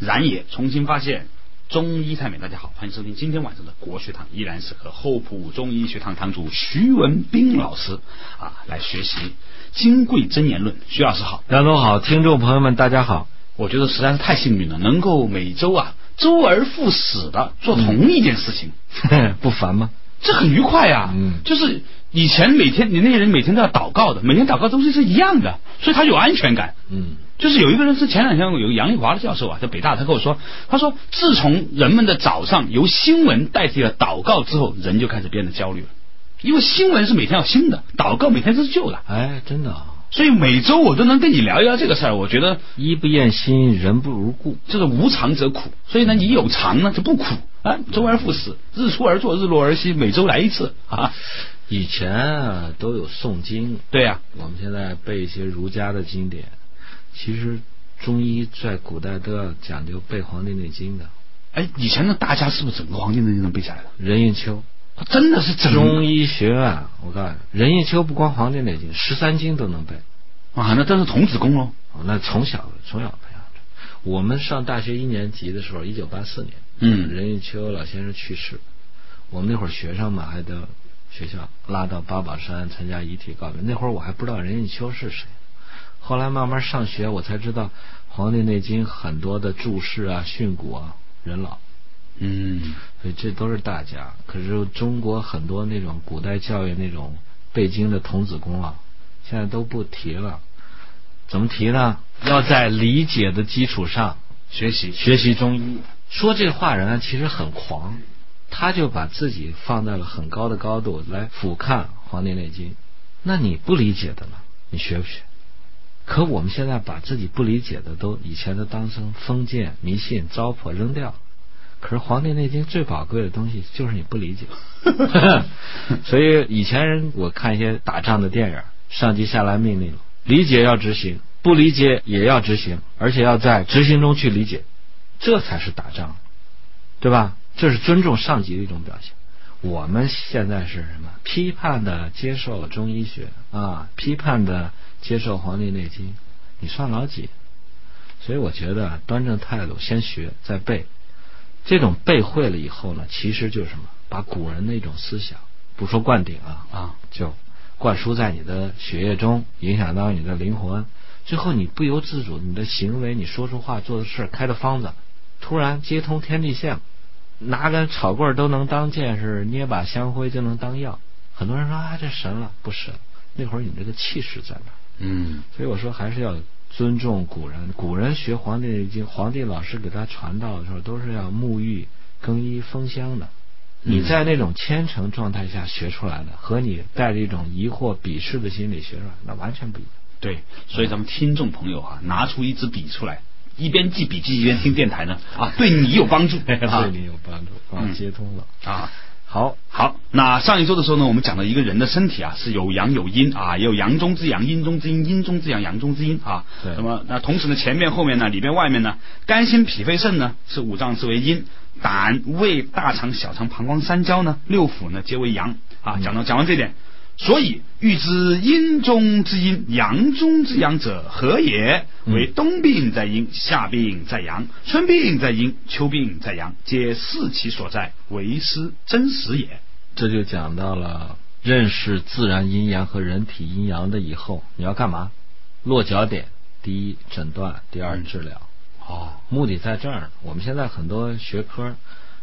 然也重新发现中医太美。大家好，欢迎收听今天晚上的国学堂，依然是和厚朴中医学堂堂主徐文兵老师啊来学习《金匮真言论》。徐老师好，梁总好，听众朋友们大家好。我觉得实在是太幸运了，能够每周啊周而复始的做同一件事情，嗯不烦吗？这很愉快呀、嗯就是以前每天你那些人每天都要祷告的，每天祷告东西是一样的，所以他有安全感。嗯就是有一个人是前两天有个杨丽华的教授啊，在北大，他跟我说，他说自从人们的早上由新闻代替了祷告之后，人就开始变得焦虑了，因为新闻是每天要新的，祷告每天都是旧的，哎，真的啊，所以每周我都能跟你聊一聊这个事儿，我觉得衣不厌新，人不如故。这个无常则苦，所以呢，你有常呢就不苦啊，周而复始，日出而作，日落而息，每周来一次啊，以前啊都有诵经，对啊呀、我们现在背一些儒家的经典。其实中医在古代都要讲究背《黄帝内经》的，哎，以前的大家是不是整个《黄帝内经》能背下来的？任应秋。真的是整中医学院，我告诉你，任应秋不光《黄帝内经》，十三经都能背。啊，那都是童子功喽。哦那从小从小培养着。我们上大学一年级的时候，一九八四年，嗯任应秋老先生去世，我们那会儿学生嘛，还得学校拉到八宝山参加遗体告别。那会儿我还不知道任应秋是谁，后来慢慢上学，我才知道《黄帝内经》很多的注释啊、训诂啊、人老，嗯，所以这都是大家。可是中国很多那种古代教育那种背经的童子功啊，现在都不提了。怎么提呢？要在理解的基础上学习学习中医。说这话人啊，其实很狂，他就把自己放在了很高的高度来俯瞰《黄帝内经》。那你不理解的呢？你学不学？可我们现在把自己不理解的都以前都当成封建迷信、糟粕扔掉。可是《黄帝内经》最宝贵的东西就是你不理解，所以以前人我看一些打仗的电影，上级下达命令，理解要执行，不理解也要执行，而且要在执行中去理解，这才是打仗，对吧？这是尊重上级的一种表现。我们现在是什么？批判的接受中医学啊，批判的接受《黄帝内经》，你算老几？所以我觉得啊端正态度，先学再背。这种背会了以后呢，其实就是什么？把古人的一种思想，不说灌顶啊，啊，就灌输在你的血液中，影响到你的灵魂。最后你不由自主，你的行为、你说出话、做的事、开的方子，突然接通天地线，拿根草棍儿都能当剑士，捏把香灰就能当药。很多人说啊，这神了，不神。那会儿你这个气势在哪儿？嗯，所以我说还是要尊重古人。古人学《黄帝内经》，皇帝老师给他传道的时候，都是要沐浴、更衣、封香的。嗯你在那种虔诚状态下学出来的，和你带着一种疑惑、鄙视的心理学出来，那完全不一样。对，所以咱们听众朋友啊，拿出一支笔出来，一边记笔记一边听电台呢啊，对你有帮 助啊对你有帮助啊嗯，接通了。啊。好，好，那上一周的时候呢，我们讲到一个人的身体啊是有阳有阴啊，也有阳中之阳、阴中之阴、阴中之阳、阳中之阴啊。对那么那同时呢，前面后面呢，里边外面呢，肝心脾肺肾呢是五脏之为阴，胆胃大肠小肠膀胱三焦呢六腑呢皆为阳啊。嗯讲到讲完这点，所以欲知阴中之阴、阳中之阳者何也？嗯为冬病在阴，夏病在阳，春病在阴，秋病在阳，皆视其所在，为师真实也。这就讲到了认识自然阴阳和人体阴阳的以后，你要干嘛？落脚点，第一诊断，第二嗯治疗。哦，目的在这儿呢。我们现在很多学科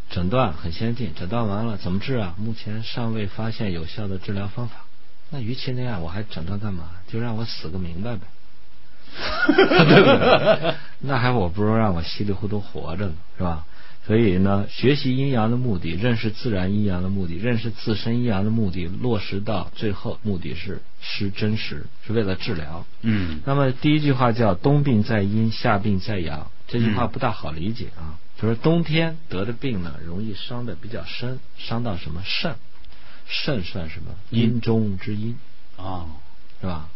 诊断很先进，诊断完了怎么治啊？目前尚未发现有效的治疗方法。那与其那样，我还诊断干嘛？就让我死个明白呗， 对不对？那还我不如让我稀里糊涂活着呢，是吧？所以呢，学习阴阳的目的，认识自然阴阳的目的，认识自身阴阳的目的，落实到最后目的是是真实，是为了治疗。嗯那么第一句话叫“冬病在阴，夏病在嗯阳”，这句话不大好理解啊。就是冬天得的病呢，容易伤的比较深，伤到什么肾？肾算什么？嗯阴中之阴，哦，是吧？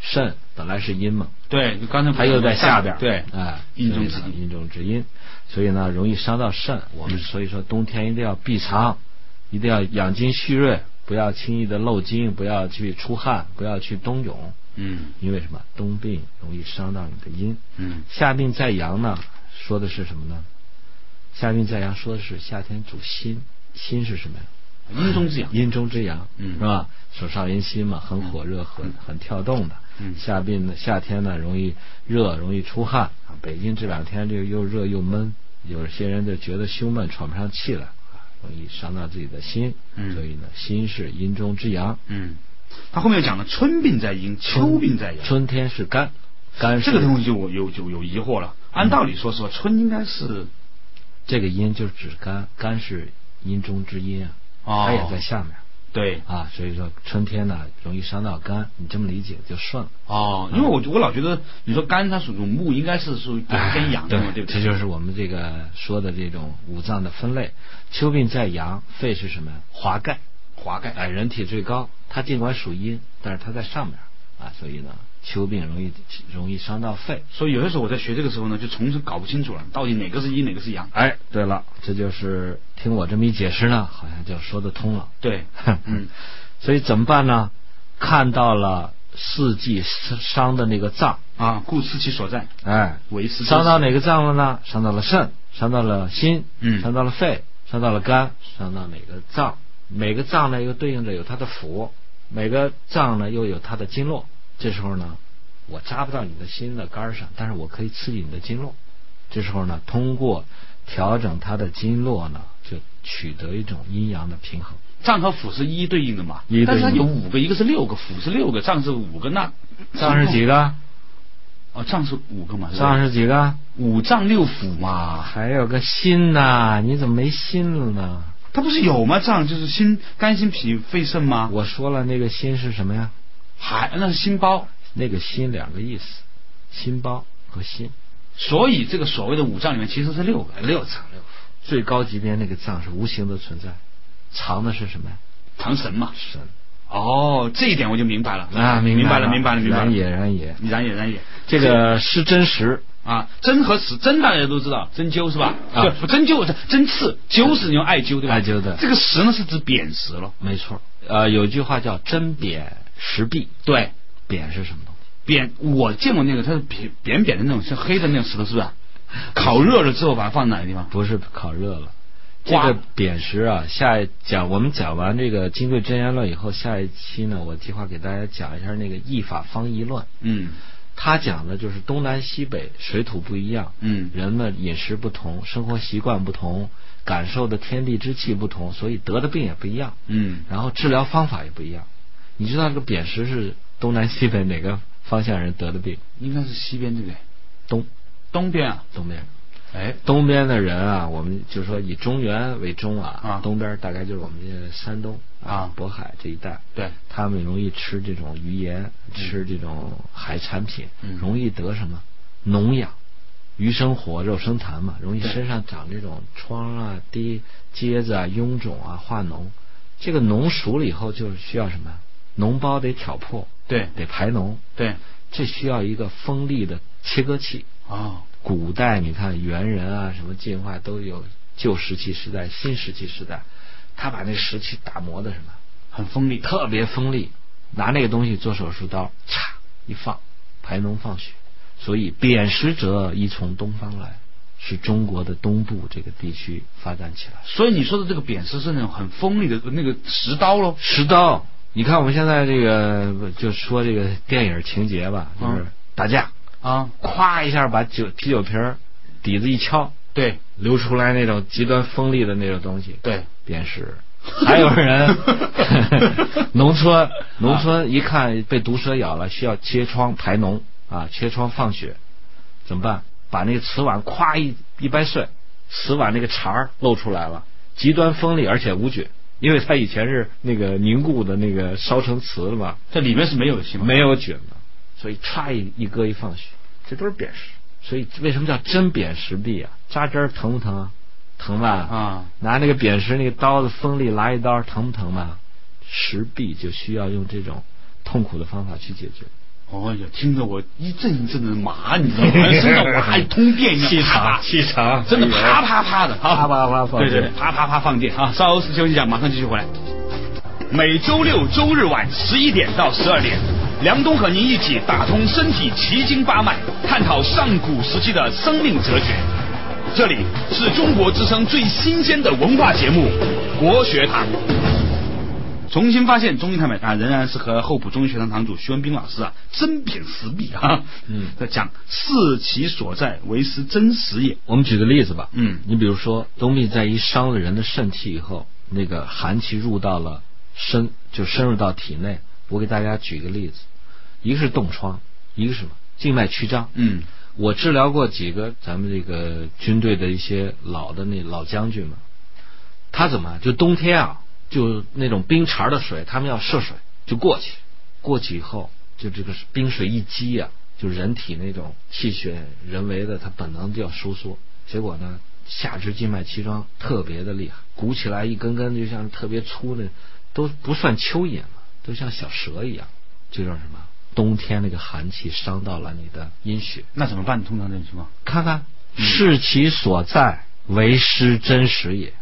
肾本来是阴嘛，对，就刚才不是它又在下边说儿，对，哎，阴中之所以呢阴阴中之阴，所以呢，容易伤到肾。我们嗯所以说冬天一定要避藏，一定要养精蓄锐，不要轻易的漏精，不要去出汗，不要去冬泳，嗯因为什么？冬病容易伤到你的阴。嗯夏病在阳呢，说的是什么呢？夏运在阳说的是夏天主心，心是什么呀？阴中之阳，阴中之阳，嗯是吧？手少阴心嘛，很火热，很很跳动的。嗯夏病呢，夏天呢容易热，容易出汗啊。北京这两天这个又热又闷，有些人就觉得胸闷，喘不上气来，啊容易伤到自己的心。嗯所以呢，心是阴中之阳。嗯，他后面又讲了春病在阴，秋病在阳，春天是肝，肝是这个东西就我有就有疑惑了。按道理说实话，春应该是这个阴就是指肝，肝是阴中之阴啊，哦它也在下面对啊，所以说春天呢容易伤到肝，你这么理解就顺了。哦，因为我我老觉得你说肝它属于木，应该是属于偏阳的嘛，对不哎这对？就是我们这个说的这种五脏的分类。秋病在阳，肺是什么呀？华盖，华盖哎，人体最高，它尽管属阴，但是它在上面啊，所以呢，秋病容易容易伤到肺。所以有些时候我在学这个时候呢，就从此搞不清楚了，到底哪个是阴，哪个是阳。哎，对了，这就是听我这么一解释呢，好像就说得通了。，对 嗯，所以怎么办呢？看到了四季伤的那个脏，啊，故知其所在，哎，为是伤到哪个脏了呢？伤到了肾，伤到了心，嗯伤到了肺，伤到了肝，伤到哪个脏？每个脏呢又对应着有它的腑，每个脏呢又有它的经络。这时候呢，我扎不到你的心的肝儿上，但是我可以刺激你的经络。这时候呢，通过调整它的经络呢，就取得一种阴阳的平衡。脏和腑是一对应的嘛一对应，但是它有五个，一个是六个，腑是六个，脏是五个，那脏是几个？个？哦，脏是五个嘛，脏是几个？五脏六腑嘛，还有个心呐、你怎么没心了呢？它不是有吗？脏就是心、肝、心、脾、肺、肾吗？我说了，那个心是什么呀？还那是心包，那个心两个意思，心包和心。所以这个所谓的五脏里面其实是六个，六脏六腑，最高级别那个脏是无形的存在，藏的是什么呀？藏神嘛。神哦，这一点我就明白了啊，明白了，明白了，明白然了。也然也，然也然也，这个是真实。啊，针和矢，针大家都知道，针灸是吧？啊对，不针灸是针刺，灸是你用艾灸对吧？艾灸的这个矢呢是指扁石了，没错，呃，有句话叫“针砭时弊对，”，砭是什么东西？扁我见过那个，它是扁扁扁的那种，像黑的那种石头，是不是？烤热了之后把它放哪个地方？不是烤热了。这刮个砭石啊，下一讲我们讲完这个《金匮真言论》以后，下一期呢，我计划给大家讲一下那个“一法方一论”。嗯他讲的就是东南西北水土不一样，嗯人们饮食不同，生活习惯不同，感受的天地之气不同，所以得的病也不一样，嗯，然后治疗方法也不一样。你知道这个砭石是东南西北哪个方向人得的病？应该是西边对不对？东东边啊，东边，哎，东边的人啊，我们就说以中原为中啊，啊东边大概就是我们这山东啊渤海这一带，对，他们容易吃这种鱼盐，吃这种海产品，嗯容易得什么脓疡。鱼生火，肉生痰嘛，容易对身上长这种疮啊、滴疖子啊、臃肿啊、化脓。这个脓熟了以后，就是需要什么？脓包得挑破，对得排脓，对，这需要一个锋利的切割器。哦，古代你看猿人啊，什么进化都有旧石器时代、新石器时代，他把那石器打磨的什么？很锋利，特别锋利，拿那个东西做手术刀，嚓一放，排脓放血。所以砭石者宜从东方来，是中国的东部这个地区发展起来。所以你说的这个扁石是那种很锋利的那个石刀喽？石刀，你看我们现在这个就说这个电影情节吧，就是嗯打架，啊，咵一下把酒啤酒瓶儿底子一敲，对流出来那种极端锋利的那种东西。对，砭石。还有人，农村农村一看被毒蛇咬了，需要切疮排脓啊，切疮放血，怎么办？把那个瓷碗咵一一掰碎，瓷碗那个茬儿露出来了，极端锋利而且无菌，因为它以前是那个凝固的那个烧成瓷了嘛，这里面是没有行吗？没有菌了，所以歘一一割一放血，这都是砭石。所以为什么叫针砭石弊啊？扎针儿疼不疼啊？疼吧？啊，拿那个扁石那个刀子锋利拉一刀，疼不疼嘛？石壁就需要用这种痛苦的方法去解决。哦哟，听着我一阵一阵的麻，你知道吗？真的哇，一通电一样，气啪场啪气场，哎真的啪啪啪的，啪啪啪放对对对电，啪啪啪放电啊！稍后休息一下，马上继续回来。每周六周日晚十一点到十二点，梁冬和您一起打通身体奇经八脉，探讨上古时期的生命哲学。这里是中国之声最新鲜的文化节目《国学堂》。重新发现中医堂美啊，仍然是和厚朴中医学堂堂主徐文斌老师啊针砭时弊啊，嗯在讲是其所在，为是真实也。我们举个例子吧，嗯你比如说冬病在衣伤了人的肾气以后，那个寒气入到了深，就深入到体内。我给大家举个例子，一个是冻疮，一个是什么静脉曲张。嗯我治疗过几个咱们这个军队的一些老的那老将军嘛，他怎么就冬天啊，就那种冰碴儿的水，他们要涉水就过去，过去以后就这个冰水一激啊，就人体那种气血人为的它本能就要收缩，结果呢下肢静脉曲张特别的厉害，鼓起来一根根就像特别粗的，都不算蚯蚓了，都像小蛇一样，这叫什么？冬天那个寒气伤到了你的阴血，那怎么办？通常这种情况，看看，嗯视其所在，为师真实也。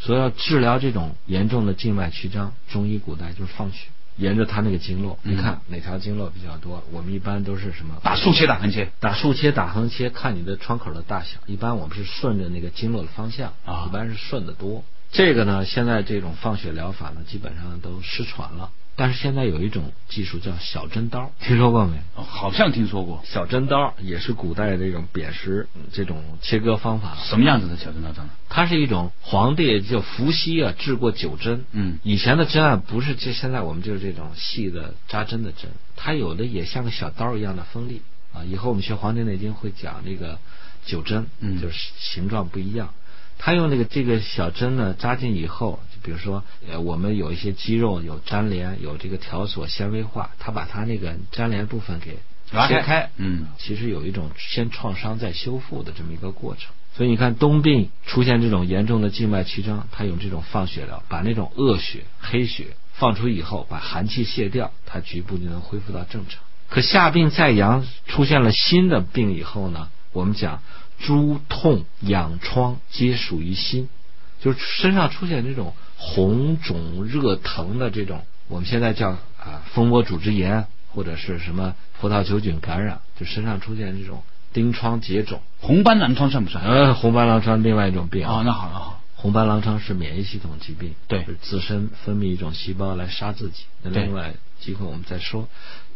所以要治疗这种严重的静脉曲张，中医古代就是放血，沿着它那个经络，嗯你看哪条经络比较多？我们一般都是什么打竖切打横切。打竖切、打横切，看你的窗口的大小。一般我们是顺着那个经络的方向，啊一般是顺的多。这个呢，现在这种放血疗法呢，基本上都失传了。但是现在有一种技术叫小针刀，听说过没？哦，好像听说过，小针刀也是古代这种砭石嗯这种切割方法，什么样子的小针刀长？它是一种皇帝就伏羲啊治过九针，嗯以前的针啊不是这现在我们就是这种细的扎针的针，它有的也像个小刀一样的锋利啊。以后我们学《黄帝内经》会讲那个九针，嗯就是形状不一样。他用那个这个小针呢扎进以后，就比如说，呃，我们有一些肌肉有粘连，有这个条索纤维化，他把它那个粘连部分给拉开切开，嗯其实有一种先创伤再修复的这么一个过程。所以你看，冬病出现这种严重的静脉曲张，它有这种放血疗，把那种恶血、黑血放出以后，把寒气卸掉，它局部就能恢复到正常。可下病在阳，出现了新的病以后呢，我们讲诸痛、痒疮皆属于心，就是身上出现这种红肿热疼的这种，我们现在叫啊蜂窝组织炎或者是什么葡萄球菌感染，就身上出现这种疔疮结肿，红斑狼疮算不算？呃，红斑狼疮另外一种病啊哦，那好了好，红斑狼疮是免疫系统疾病，对是自身分泌一种细胞来杀自己。那对另外机会我们再说。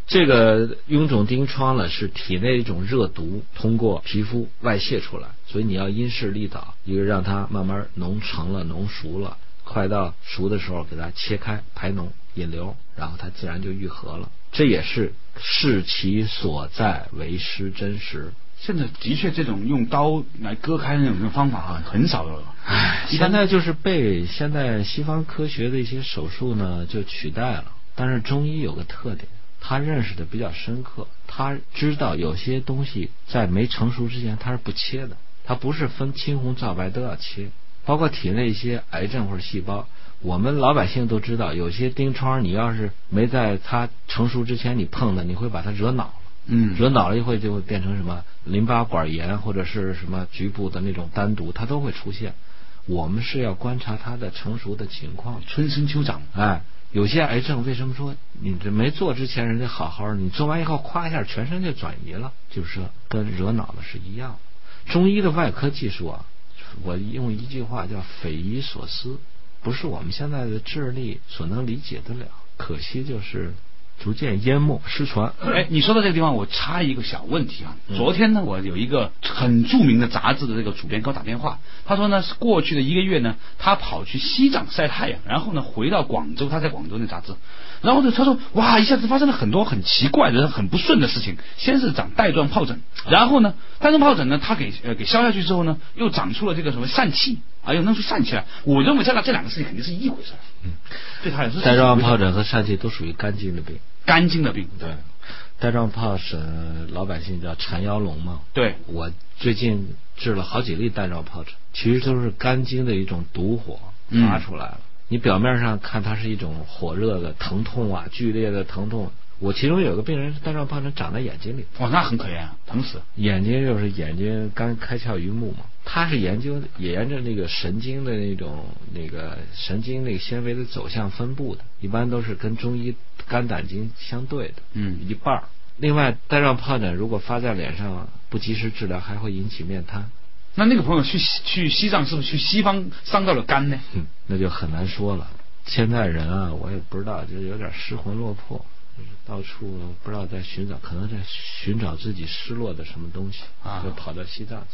这个臃肿疔疮呢，是体内一种热毒通过皮肤外泄出来，所以你要因势利导，一个让它慢慢脓成了、脓熟了，快到熟的时候给它切开排脓引流，然后它自然就愈合了。这也是视其所在为师真实。现在的确这种用刀来割开那种方法啊，很少了。唉，一般哎现在就是被现在西方科学的一些手术呢就取代了，但是中医有个特点，他认识的比较深刻，他知道有些东西在没成熟之前他是不切的，他不是分青红皂白都要切，包括体内一些癌症或者细胞。我们老百姓都知道，有些疔疮你要是没在它成熟之前你碰它，你会把它惹恼了。嗯惹恼了一会就会变成什么淋巴管炎或者是什么局部的那种单独，它都会出现。我们是要观察它的成熟的情况。春生秋长，哎，有些癌症为什么说你这没做之前人家好好的，你做完以后夸一下全身就转移了，就是说跟惹恼的是一样的。中医的外科技术啊，我用一句话叫匪夷所思，不是我们现在的智力所能理解得了。可惜就是逐渐淹没失传。哎，你说到这个地方，我插一个小问题啊。嗯昨天呢，我有一个很著名的杂志的这个主编给我打电话，他说呢，是过去的一个月呢，他跑去西藏晒太阳，然后呢回到广州，他在广州那杂志，然后呢，他说哇，一下子发生了很多很奇怪的、很不顺的事情。先是长带状疱疹，啊然后呢，带状疱疹呢，他给呃给消下去之后呢，又长出了这个什么疝气。啊，又弄出疝气来，我认为这俩这两个事情肯定是一回事儿。嗯，对他来说是带状一回事疱儿疹和疝气都属于肝经的病。干净的病。对，带状疱疹老百姓叫缠腰龙嘛。对，我最近治了好几例带状疱疹，其实都是肝经的一种毒火嗯发出来了。你表面上看它是一种火热的疼痛啊，剧烈的疼痛。我其中有个病人是带状疱疹长在眼睛里，哇，那很可怜啊，疼死。眼睛就是眼睛刚开窍于目嘛，它是研究也沿着那个神经的那种那个神经那个纤维的走向分布的，一般都是跟中医肝胆经相对的，嗯一半儿。另外，带状疱疹如果发在脸上不及时治疗，还会引起面瘫。那那个朋友去西去西藏，是不是去西方伤到了肝呢？哼嗯那就很难说了。现在人啊，我也不知道，就是有点失魂落魄，就是到处不知道在寻找，可能在寻找自己失落的什么东西，啊就跑到西藏去。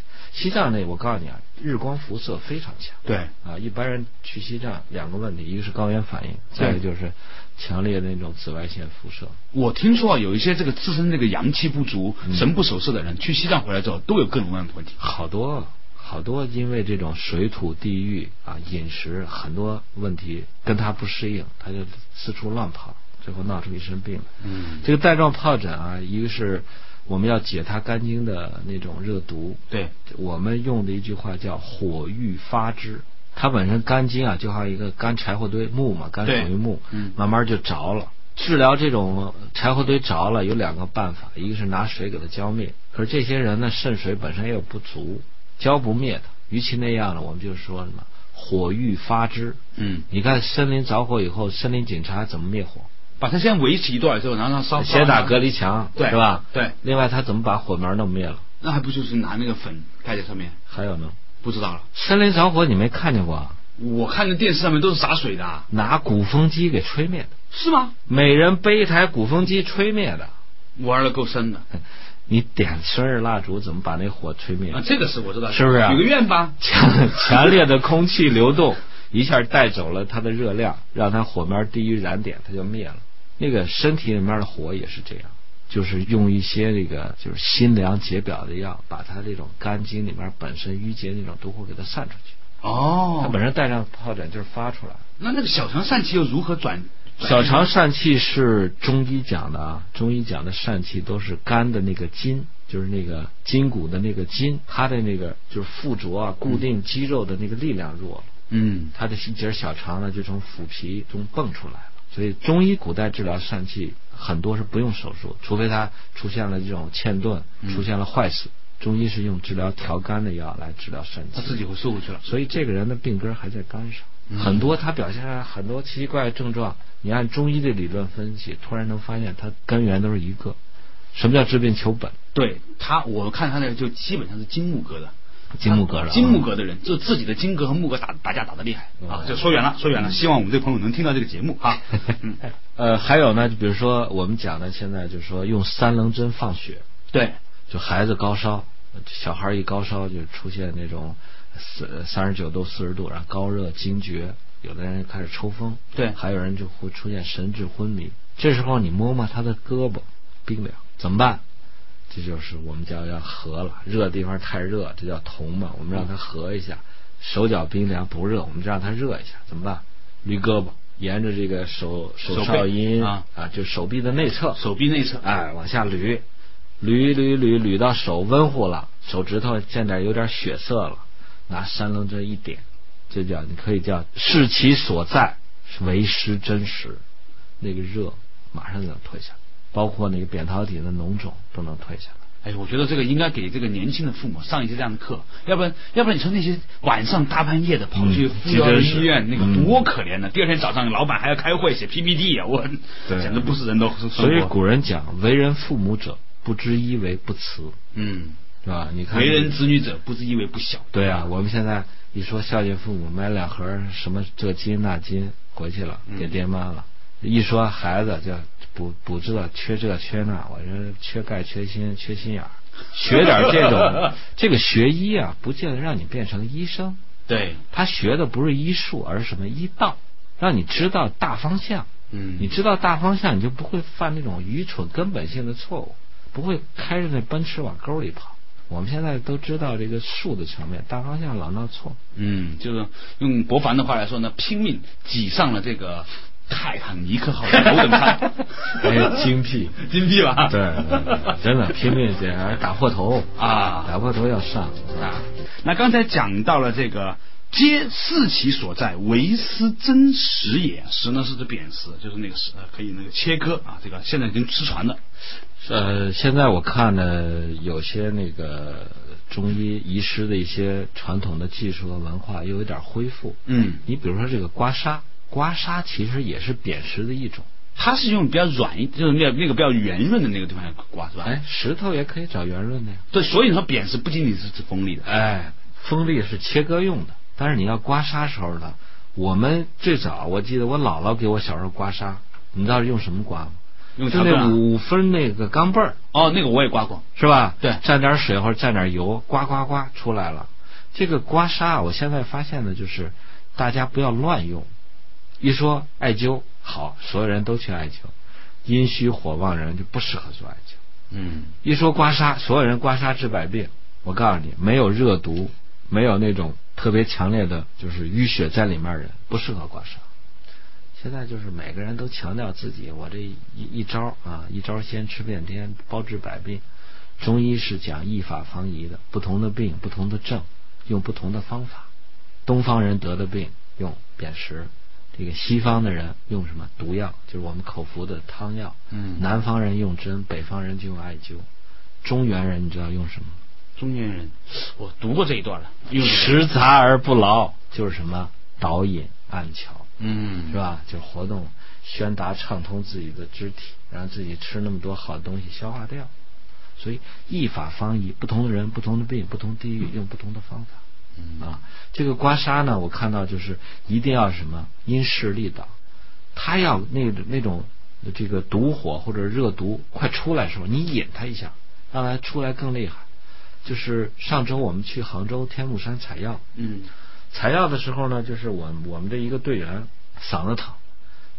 西藏那，我告诉你啊，日光辐射非常强。对啊，一般人去西藏两个问题，一个是高原反应，再一个对就是强烈的那种紫外线辐射。我听说啊，有一些这个自身这个阳气不足、嗯神不守舍的人，去西藏回来之后都有各种各样的问题。好多好多因为这种水土地域啊、饮食很多问题跟他不适应，他就四处乱跑，最后闹出一身病来。嗯这个带状疱疹啊，一个是我们要解它肝经的那种热毒，对，我们用的一句话叫“火欲发之”。它本身肝经啊，就好像一个干柴火堆木嘛，干对火于木，嗯慢慢就着了。治疗这种柴火堆着了有两个办法，一个是拿水给它浇灭，可是这些人呢，肾水本身也有不足，浇不灭它。与其那样呢，我们就说什么“火欲发之”。嗯，你看森林着火以后，森林警察怎么灭火？把它先围起一段之后，然后让它烧，先打隔嗝，离墙，对是吧？对另外，他怎么把火苗弄灭了？那还不就是拿那个粉盖在上面？还有呢，不知道了，森林着火你没看见过啊？我看的电视上面都是洒水的啊，拿鼓风机给吹灭的，是吗？每人背一台鼓风机吹灭的。玩的够深的你点生日蜡烛，怎么把那火吹灭？啊，这个是我知道，是不是啊许个愿吧，强强烈的空气流动，一下带走了它的热量，让它火苗低于燃点，它就灭了。那个身体里面的火也是这样，就是用一些这个就是辛凉解表的药，把它这种肝经里面本身淤结那种毒火给它散出去。它哦本身带上疱疹就是发出来。那那个小肠疝气又如何转？转小肠疝气是中医讲的啊，中医讲的疝气都是肝的那个筋，就是那个筋骨的那个筋，它的那个就是附着啊，固定肌肉的那个力量弱了，嗯，它的一节小肠呢就从腹皮中蹦出来了。所以中医古代治疗疝气很多是不用手术，除非它出现了这种嵌顿，嗯出现了坏死。中医是用治疗调肝的药来治疗疝气，它自己会收回去了。所以这个人的病根儿还在肝上，嗯很多他表现出来很多奇奇怪怪症状，你按中医的理论分析，突然能发现它根源都是一个。什么叫治病求本？对他，我看他那个就基本上是金木格的，金木格的啊金木格的人，就自己的金格和木格打打架打得厉害啊哦！就说远了，说远了，希望我们这朋友能听到这个节目 啊。嗯，呃，还有呢，就比如说我们讲的现在就是说用三棱针放血，对，就孩子高烧，小孩儿一高烧就出现那种四三十九度、四十度，然后高热、惊厥，有的人开始抽风，对还有人就会出现神志昏迷。这时候你摸摸他的胳膊，冰凉，怎么办？这就是我们叫要和了，热的地方太热，这叫同嘛，我们让它和一下。手脚冰凉不热，我们就让它热一下，怎么办？捋胳膊，沿着这个手手手背少阴啊就手臂的内侧，手臂内侧，啊哎，往下捋，捋捋捋捋到手温乎了，手指头现在有点血色了，拿三棱针一点，这叫你可以叫视其所在为师真实，那个热马上就能退下来，包括那个扁桃体的脓肿都能退下来。哎，我觉得这个应该给这个年轻的父母上一些这样的课，要不然，要不然你说那些晚上大半夜的跑去嗯妇急幼诊儿医室院，那个嗯多可怜呢！第二天早上老板还要开会写 PPT 呀，啊我对 简直不是人都生活所以古人讲，为人父母者，不知一为不慈，嗯，是吧？你看为人子女者，不知一为不晓。对啊，我们现在一说孝敬父母，买两盒什么这金那金回去了，给爹妈了。一说孩子就补补这缺这缺那，我说缺钙缺锌缺心眼儿，学点这种 这个学医啊，不见得让你变成医生， 对，他学的不是医术，而是什么医道，让你知道大方向。嗯你知道大方向，你就不会犯那种愚蠢根本性的错误，不会开着那奔驰往沟里跑。我们现在都知道这个术的层面，大方向老闹错。，嗯，就是用博凡的话来说呢，拼命挤上了这个泰坦尼克号的头等舱 还有哎精辟， 精辟吧？对，对真的拼命这还是打破头啊打破头要上啊。那刚才讲到了这个。皆视其所在，为斯真实也。实呢是指扁食，就是那个食，呃可以那个切割啊。这个现在已经失传了。呃，现在我看呢，有些那个中医遗失的一些传统的技术和文化又有点恢复。嗯，你比如说这个刮痧，刮痧其实也是砭石的一种。它是用比较软一，就是那那个比较圆润的那个地方来刮，是吧？哎哎，，石头也可以找圆润的呀。对，所以说扁食不仅仅是指锋利的，哎，锋利是切割用的，但是你要刮痧时候呢，我们最早我记得我姥姥给我小时候刮痧，你知道是用什么刮吗？用就条棍那啊。五分那个钢镚儿哦，那个我也刮过。是吧？对蘸点水或者蘸点油，刮刮刮出来了。这个刮痧，我现在发现的就是大家不要乱用。一说艾灸好，所有人都去艾灸，阴虚火旺人就不适合做艾灸。嗯，一说刮痧，所有人刮痧治百病。我告诉你，没有热毒，没有那种特别强烈的就是淤血在里面的人，不适合刮痧。现在就是每个人都强调自己，我这一一招啊，一招先吃遍天，包治百病。中医是讲医法防宜的，不同的病、不同的症，用不同的方法。东方人得的病用砭石，这个西方的人用什么毒药，就是我们口服的汤药。嗯南方人用针，北方人就用艾灸，中原人你知道用什么？中年人，我读过这一段了。用食杂而不劳，就是什么导引按桥，嗯，是？吧？就是活动宣达畅通自己的肢体，让自己吃那么多好东西消化掉。所以一法方医，不同的人、不同的病、不同地域，用不同的方法。嗯啊，这个刮痧呢，我看到就是一定要什么因势利导，它要那那种这个毒火或者热毒快出来的时候，你引它一下，让它出来更厉害。就是上周我们去杭州天目山采药，嗯采药的时候呢，就是我我们的一个队员嗓子疼，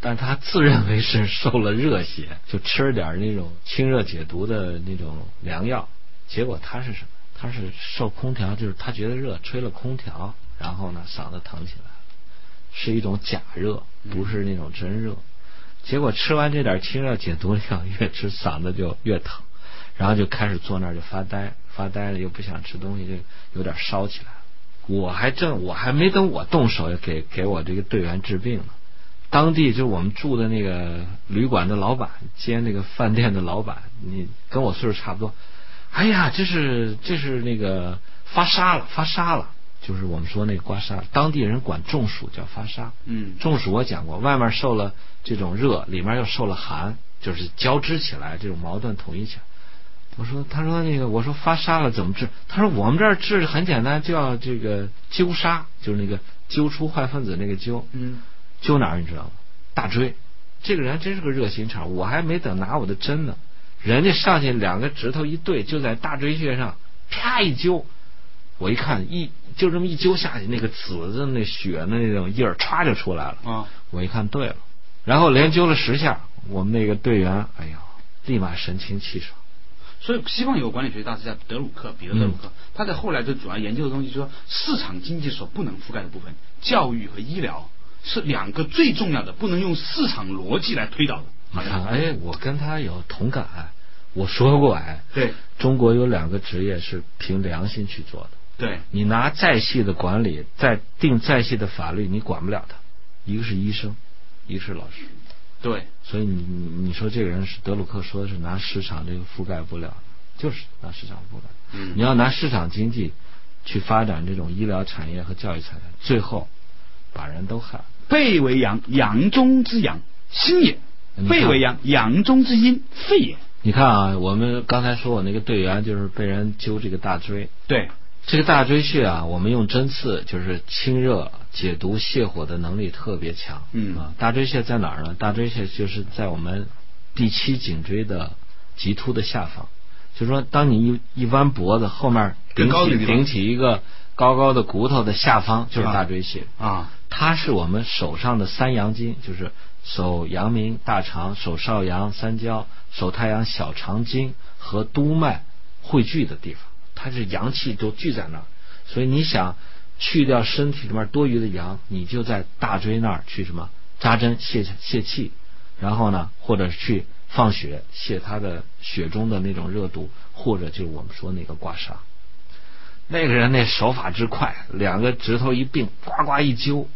但他自认为是受了热邪， 就吃了点儿那种清热解毒的那种良药，结果他是什么？他是受空调，就是他觉得热，吹了空调，然后呢嗓子疼起来了，是一种假热，不是那种真热。结果吃完这点清热解毒的药，越吃嗓子就越疼，然后就开始坐那儿就发呆，发呆了又不想吃东西，就有点烧起来了。我还正我还没等我动手给给我这个队员治病呢，当地就我们住的那个旅馆的老板接那个饭店的老板，你跟我岁数差不多，哎呀，这是这是那个发痧了，发痧了，就是我们说那个刮痧，当地人管中暑叫发痧，嗯中暑我讲过，外面受了这种热，里面又受了寒，就是交织起来，这种矛盾统一起来。我说，他说那个，我说发痧了怎么治？他说我们这儿治很简单，就要这个灸痧，就是那个灸出坏分子那个灸。嗯揪哪儿你知道吗？大椎。这个人真是个热心肠，我还没等拿我的针呢，人家上去两个指头一对，就在大椎穴上啪一揪，我一看一就这么一揪下去，那个紫的那血的那种印儿歘就出来了。啊，我一看对了，然后连揪了十下，我们那个队员，哎呦，立马神清气爽。所以西方有个管理学大师叫德鲁克，彼得德鲁克，他在后来就主要研究的东西，就是说市场经济所不能覆盖的部分，教育和医疗是两个最重要的，不能用市场逻辑来推导的。你看，哎，我跟他有同感，我说过哎，对中国有两个职业是凭良心去做的。对，你拿再细的管理，再定再细的法律，你管不了他。一个是医生，一个是老师。对，所以你你你说这个人是德鲁克说的是拿市场这个覆盖不了，就是拿市场覆盖。嗯你要拿市场经济去发展这种医疗产业和教育产业，最后把人都害了。背为阳，阳中之阳，心也你；看背为阳，阳中之阴，肺也。你看啊，我们刚才说我那个队员就是被人揪这个大椎，对，这个大椎穴啊，我们用针刺，就是清热解毒泻火的能力特别强。嗯啊，大椎穴在哪儿呢？大椎穴就是在我们第七颈椎的棘突的下方，就是说，当你一一弯脖子，后面更顶高的地起方顶起一个高高的骨头的下方就是大椎穴。啊，它是我们手上的三阳经，就是手阳明大肠、手少阳三焦、手太阳小肠经和督脉汇聚的地方，它是阳气都聚在那儿。所以你想去掉身体里面多余的阳，你就在大椎那儿去什么扎针泄泄气，然后呢，或者去放血泄它的血中的那种热毒，或者就是我们说那个刮痧。那个人那手法之快，两个指头一并，呱呱一揪，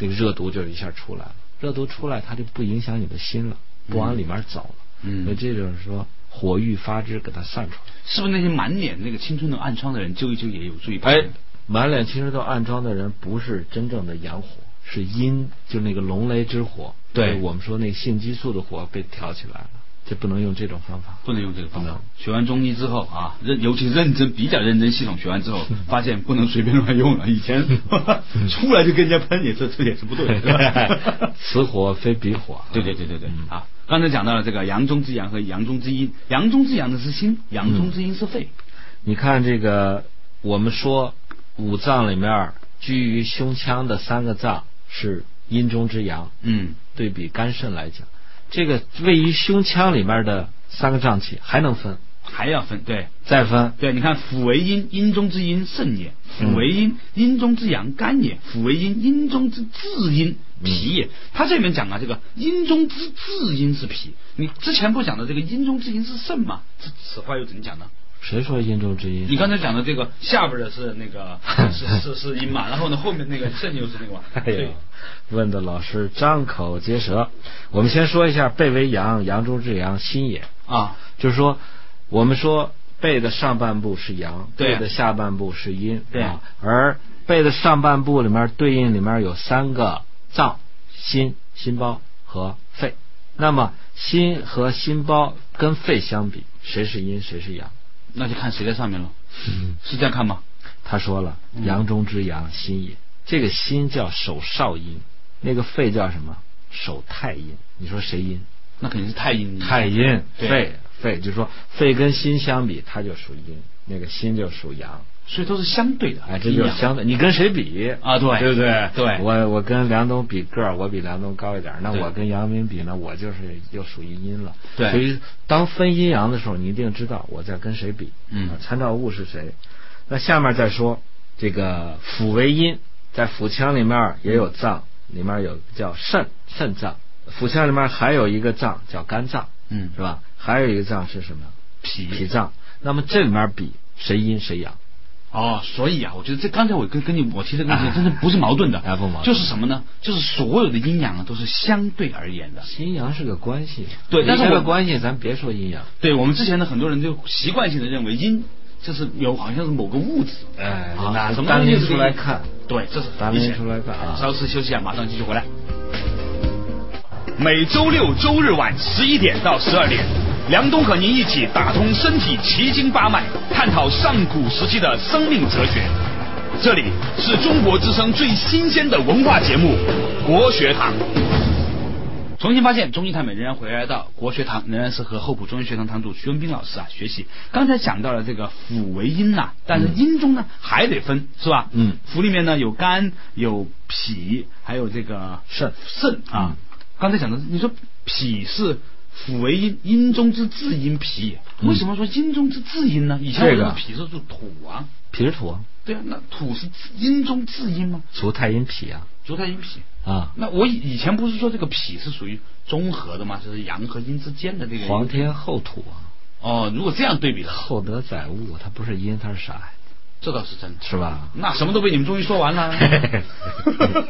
这个热毒就一下出来了。热毒出来，它就不影响你的心了，不往里面走了。嗯所以这就是说，火欲发之，给它散出来。是不是那些满脸那个青春痘暗疮的人灸一灸也有助于保哎健？，满脸青春痘暗疮的人，不是真正的阳火，是阴，就那个龙雷之火。对就是我们说那个性激素的火被挑起来了。这不能用这种方法。不能用这个方不法能。学完中医之后啊，认尤其认真、比较认真系统学完之后，发现不能随便乱用了。以前出来就跟人家喷也是这也是不对 的。此火非彼火。对对对对对嗯啊！刚才讲到了这个阳中之阳和阳中之阴，阳中之阳的是心，阳中之阴是肺。你看这个，我们说五脏里面居于胸腔的三个脏是阴中之阳，嗯对比肝肾来讲，这个位于胸腔里面的三个脏器还能分，还要分对再分对，你看腑为阴，阴中之阴肾也；嗯腑为阴，阴中之阳肝也；腑为阴，阴中之至阴嗯脾也。他这里面讲啊，这个阴中之至阴是脾。你之前不讲的这个阴中之阴是肾嘛？这此话又怎么讲呢？谁说阴中之你阴？刚才讲的这个下边的是那个是是是阴嘛，然后呢后面那个肾又是那个嘛， 哎对呦，问的老师张口结舌。我们先说一下背为阳，阳中之阳，心也。啊，就是说，我们说背的上半部是阳，对啊背的下半部是阴，对啊。而背的上半部里面对应里面有三个脏：心、心包和肺。那么心和心包跟肺相比，谁是阴，谁是阳？那就看谁在上面了，是这样看吗？他说了，嗯阳中之阳，心也。这个心叫手少阴，那个肺叫什么？手太阴。你说谁阴？那肯定是太阴，太阴，嗯对肺肺，就是说肺跟心相比，它就属阴，那个心就属阳。所以都是相对的，哎，这就是阴阳相对。你跟谁比啊对对不对？对我我跟梁冬比个儿，我比梁冬高一点儿。那对我跟杨明比呢，我就是又属于阴了。对所以当分阴阳的时候，你一定知道我在跟谁比。嗯啊参照物是谁？那下面再说这个腑为阴，在腹腔里面也有脏，里面有叫肾肾脏，腹腔里面还有一个脏叫肝脏，嗯是吧？还有一个脏是什么？脾脾脏。那么这里面比谁阴谁阳？哦，所以啊，我觉得这刚才我跟跟你我提这个问题，真的不是矛盾 的，哎啊不矛盾就是什么呢？就是所有的阴阳啊，都是相对而言的。阴阳是个关系，对但是这我个关系咱别说阴阳，对我们之前呢，很多人就习惯性的认为阴就是有好像是某个物质，哎啊拿什么单东西拎是出阴来看，对，这是单明拎显出来看啊稍事休息啊，马上继续回来。每周六周日晚十一点到十二点，梁冬和您一起打通身体奇经八脉，探讨上古时期的生命哲学。这里是中国之声最新鲜的文化节目《国学堂》。重新发现中医探美仍然回来到国学堂，仍然是和厚朴中医学堂堂主徐文斌老师啊学习。刚才讲到了这个腑为阴呐、但是阴中呢还得分是吧？嗯腑里面呢有肝、有脾，还有这个肾肾嗯啊。刚才讲的，你说脾是腑为阴，阴中之至阴脾，嗯为什么说阴中之至阴呢？以前我这认个为脾是属土啊，脾是土，对啊，那土是阴中至阴吗？足太阴脾啊足太阴脾。啊，那我以以前不是说这个脾是属于综合的吗？就是阳和阴之间的这个皇天厚土啊，哦，如果这样对比的话，厚德载物，啊它不是阴，它是啥呀？这倒是真的。是 吧？那什么都被你们终于说完了。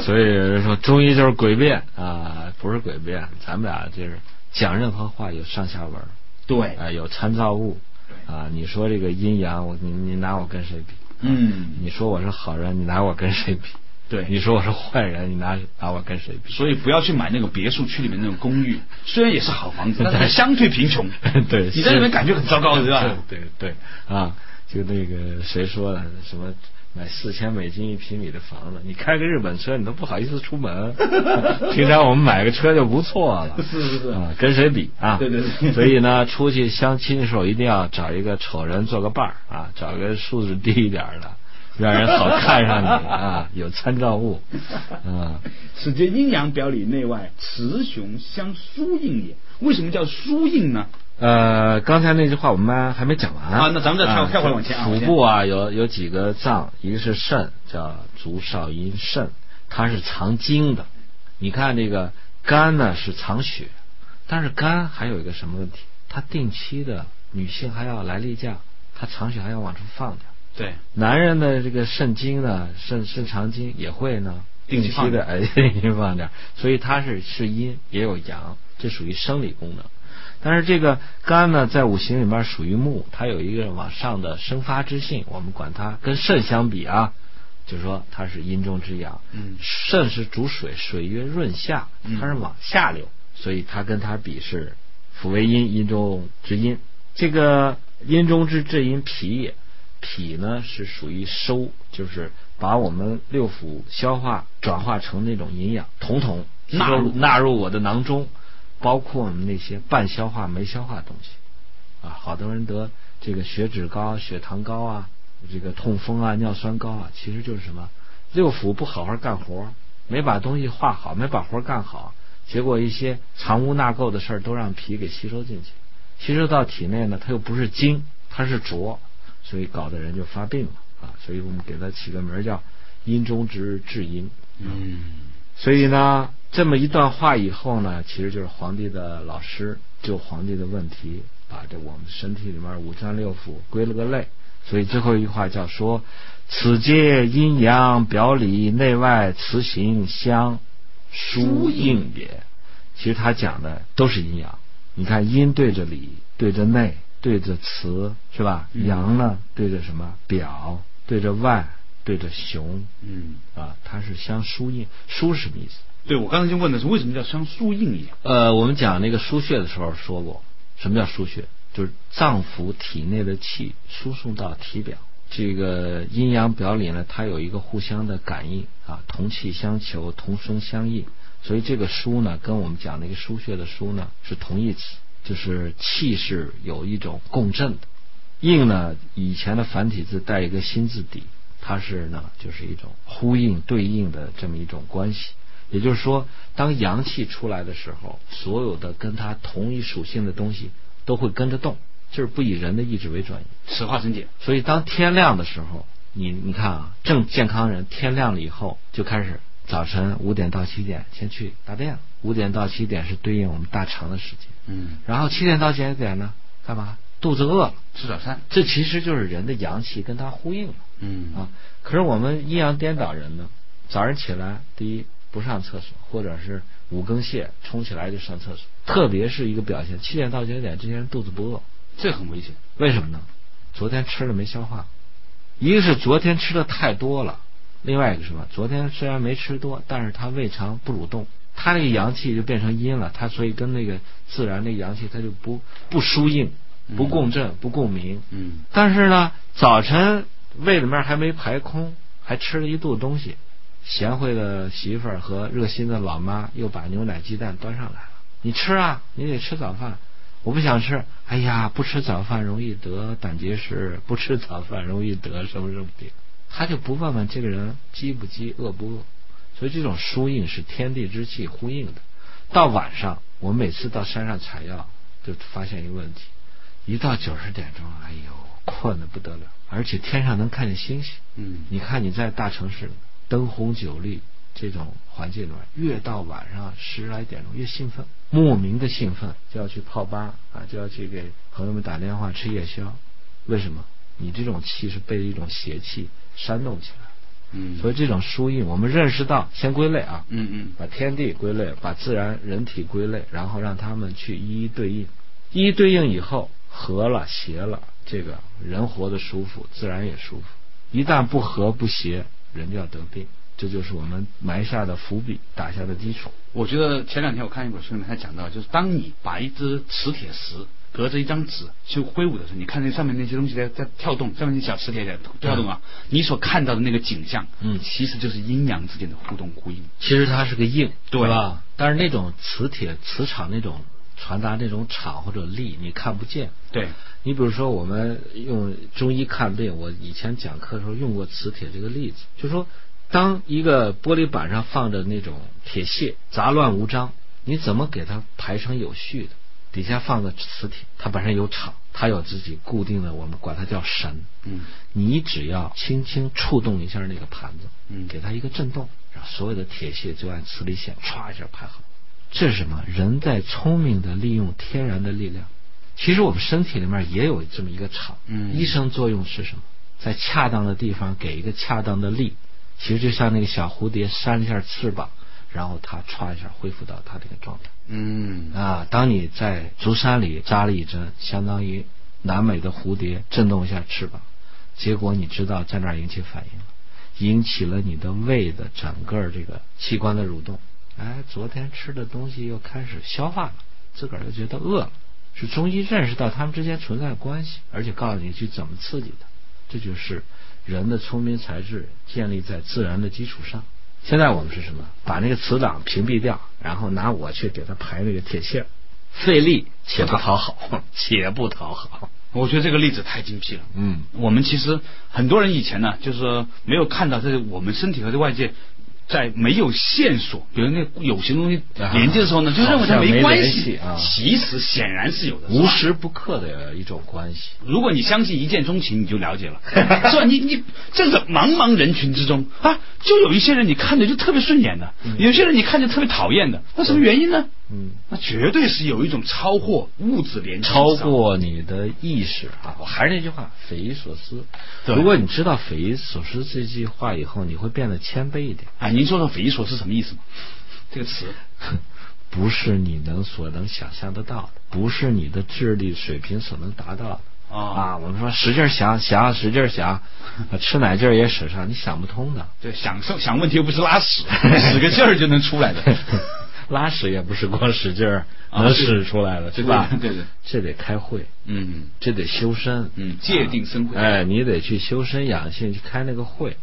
所以有人说中医就是诡辩啊，不是诡辩，咱们俩就是讲任何话有上下文儿，对，啊，有参照物，啊，你说这个阴阳，我你你拿我跟谁比？嗯，你说我是好人，你拿我跟谁比？你对，说我是坏人，你拿拿我跟谁比？。所以不要去买那个别墅区里面那种公寓，虽然也是好房子，但是相 对贫穷对你在里面感觉很糟糕，是吧？对对对啊，就那个谁说的什么？买四千美金一平米的房子，你开个日本车，你都不好意思 出门。平常我们买个车就不错了，是是是啊，跟谁比啊？对对对所以呢，出去相亲的时候一定要找一个丑人做个伴儿啊，找一个素质低一点儿的，让人好看上你 啊，有参照物啊。此皆阴阳表里内外，雌雄相疏应也。为什么叫疏应呢？呃，刚才那句话我们还没讲完啊那咱们再跳跳回来往前啊腹往前部啊，有有几个脏，一个是肾，叫足少阴肾，它是藏精的。你看这个肝呢是藏血，但是肝还有一个什么问题？它定期的女性还要来例假，它藏血还要往出放掉。对，男人的这个肾经呢，肾肾肠经也会呢，定定期期放的哎 定期放点儿，所以它是是阴也有阳，这属于生理功能。但是这个肝呢，在五行里面属于木，它有一个往上的生发之性，我们管它跟肾相比啊，就是说它是阴中之阳。嗯肾是主水，水曰润下嗯，它是往下流，所以他跟他比是辅为阴，阴中之阴。这个阴中之至阴脾也，脾呢是属于收，就是把我们六腑消化转化成那种营养，统统纳入纳入我的囊中，包括我们那些半消化、没消化的东西。啊，好多人得这个血脂高、血糖高啊，这个痛风啊、尿酸高啊，其实就是什么六腑不好好干活，没把东西化好，没把活干好，结果一些藏污纳垢的事儿都让脾给吸收进去，吸收到体内呢，它又不是精，它是浊，所以搞得人就发病了啊。所以我们给它起个名儿叫“阴中之至阴”。嗯，所以呢，这么一段话以后呢，其实就是皇帝的老师就皇帝的问题，把这我们身体里面五脏六腑归了个类。所以最后一句话叫说：“此皆阴阳表里内外辞形相疏应也。”其实他讲的都是阴阳。你看，阴对着里，对着内，对着辞，是吧？嗯阳呢，对着什么表，对着外，对着雄，嗯，啊，它是相疏应，疏是什么意思？对我刚才就问的是为什么叫相疏应也？呃，我们讲那个输血的时候说过，什么叫输血？就是脏腑体内的气输送到体表。这个阴阳表里呢，它有一个互相的感应啊，同气相求，同声相应。所以这个输呢，跟我们讲那个输血的输呢是同义词，就是气是有一种共振的。应呢，以前的繁体字带一个心字底，它是呢就是一种呼应对应的这么一种关系。也就是说，当阳气出来的时候，所有的跟它同一属性的东西都会跟着动，就是不以人的意志为转移。此话怎解？所以当天亮的时候，你你看啊，正健康人天亮了以后就开始早晨五点到七点先去大便了，五点到七点是对应我们大肠的时间，嗯，然后七点到几点呢？干嘛？肚子饿了，吃早餐。这其实就是人的阳气跟它呼应了。嗯啊，可是我们阴阳颠倒人呢，早上起来第一不上厕所，或者是五更泻冲起来就上厕所，特别是一个表现，七点到九点之前肚子不饿，这很危险。为什么呢？昨天吃了没消化，一个是昨天吃的太多了，另外一个是什么？昨天虽然没吃多，但是它胃肠不蠕动，它那个阳气就变成阴了，它所以跟那个自然那个阳气它就不不输应，不共振，不共鸣，嗯但是呢，早晨胃里面还没排空，还吃了一肚子东西。贤惠的媳妇儿和热心的老妈又把牛奶鸡蛋端上来了，你吃啊，你得吃早饭。我不想吃，哎呀，不吃早饭容易得胆结石，不吃早饭容易得什么什么病。他就不问问这个人饥不饥，饿不饿。所以这种疏应是天地之气呼应的。到晚上，我们每次到山上采药，就发现一个问题：一到九十点钟，哎呦，困得不得了，而且天上能看见星星。嗯你看你在大城市灯红酒绿这种环境里面，越到晚上十来点钟越兴奋，莫名的兴奋，就要去泡吧啊，就要去给朋友们打电话吃夜宵。为什么？你这种气是被一种邪气煽动起来的，嗯所以这种疏运，我们认识到先归类啊，嗯嗯把天地归类，把自然人体归类，然后让他们去一一对应，一一对应以后合了邪了，这个人活得舒服，自然也舒服。一旦不合不邪，人就要得病，这就是我们埋下的伏笔，打下的基础。我觉得前两天我看一本书里面，他讲到，就是当你把一只磁铁石隔着一张纸去挥舞的时候，你看那上面那些东西在在跳动，上面那小磁铁在跳动啊，你所看到的那个景象，嗯其实就是阴阳之间的互动呼应。其实它是个硬，对是吧？但是那种磁铁、磁场那种传达那种场或者力，你看不见。对，你比如说，我们用中医看病，我以前讲课的时候用过磁铁这个例子，就说当一个玻璃板上放着那种铁屑，杂乱无章，你怎么给它排成有序的？底下放个磁铁，它本身有场，它有自己固定的，我们管它叫神。嗯你只要轻轻触动一下那个盘子，嗯给它一个震动，然后所有的铁屑就按磁力线歘一下排好。这是什么？人在聪明的利用天然的力量。其实我们身体里面也有这么一个场。嗯医生作用是什么？在恰当的地方给一个恰当的力。其实就像那个小蝴蝶扇一下翅膀，然后它歘一下恢复到它这个状态。嗯啊，当你在竹山里扎了一针，相当于南美的蝴蝶震动一下翅膀，结果你知道在那儿引起反应了，引起了你的胃的整个这个器官的蠕动，哎，昨天吃的东西又开始消化了，自个儿又觉得饿了。是中医认识到他们之间存在的关系，而且告诉你去怎么刺激它。这就是人的聪明才智建立在自然的基础上。现在我们是什么？把那个词档屏蔽掉，然后拿我去给它排那个铁线儿，费力且不讨好， 且不讨好。我觉得这个例子太精辟了。嗯，我们其实很多人以前呢，就是说没有看到这个我们身体和这外界。在没有线索，比如那有形东西啊连接的时候呢，就认为它好像没关联系系啊其实显然是有的，是无吧时不刻的一种关系。如果你相信一见钟情，你就了 解了，是吧？你你这个茫茫人群之中啊，就有一些人你看着就特别顺眼的，有些人你看着特别讨厌的，那什么原因呢？嗯，那绝对是有一种超过物质联系，超过你的意识啊！我还是那句话，匪夷所思。对如果你知道“匪夷所思”这句话以后，你会变得谦卑一 点，啊！您说说匪夷所思什么意思吗？这个词，不是你能所能想象得到的，不是你的智力水平所能达到的。哦啊，我们说使劲儿想想，使劲儿想，吃奶劲儿也使上，你想 不通的。对，想受想问题又不是拉 屎，使个劲儿就能出来的。 拉屎也不是光使劲儿啊能对使出来的，对吧？对对，这得开会，嗯这得修身，嗯，界定生活，哎，你得去修身养性，去开那个会，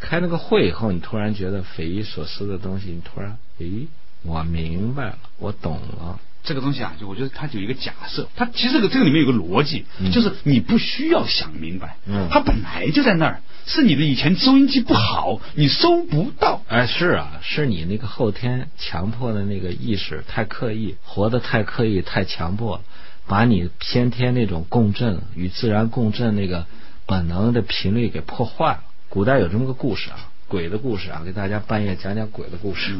开那个会以后，你突然觉得匪夷所思的东西，你突然，诶，我明白了，我懂了，这个东西啊，就我觉得它有一个假设，它其实这个这个里面有个逻辑，嗯就是你不需要想明白，嗯它本来就在那儿，是你的以前收音机不好，你收不到。哎，是啊，是你那个后天强迫的那个意识太刻意，活得太刻意，太强迫了，把你先天那种共振与自然共振那个本能的频率给破坏了。古代有这么个故事啊，鬼的故事啊，给大家半夜讲讲鬼的故事。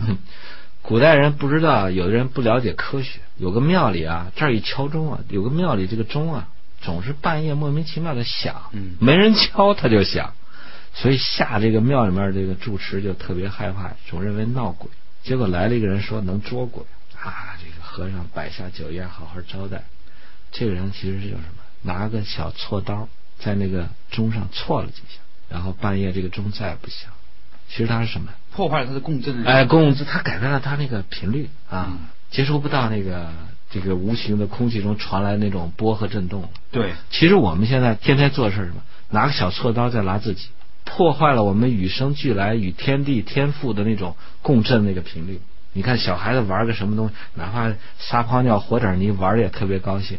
古代人不知道，有的人不了解科学。有个庙里啊，这儿一敲钟啊，有个庙里这个钟啊，总是半夜莫名其妙的响，嗯没人敲它就响，所以吓这个庙里面这个住持就特别害怕，总认为闹鬼。结果来了一个人说能捉鬼啊，这个和尚摆下酒宴，好好招待。这个人其实是有什么？拿个小锉刀在那个钟上锉了几下，然后半夜这个钟再也不响。其实他是什么呀？破坏了它的共振。哎，公共资它改变了它那个频率啊嗯，接收不到那个这个无形的空气中传来那种波和震动了。对，其实我们现在天天做的事儿是什么？拿个小锉刀在拉自己，破坏了我们与生俱来与天地天赋的那种共振那个频率。你看小孩子玩个什么东西，哪怕撒泡尿和点泥玩的也特别高兴，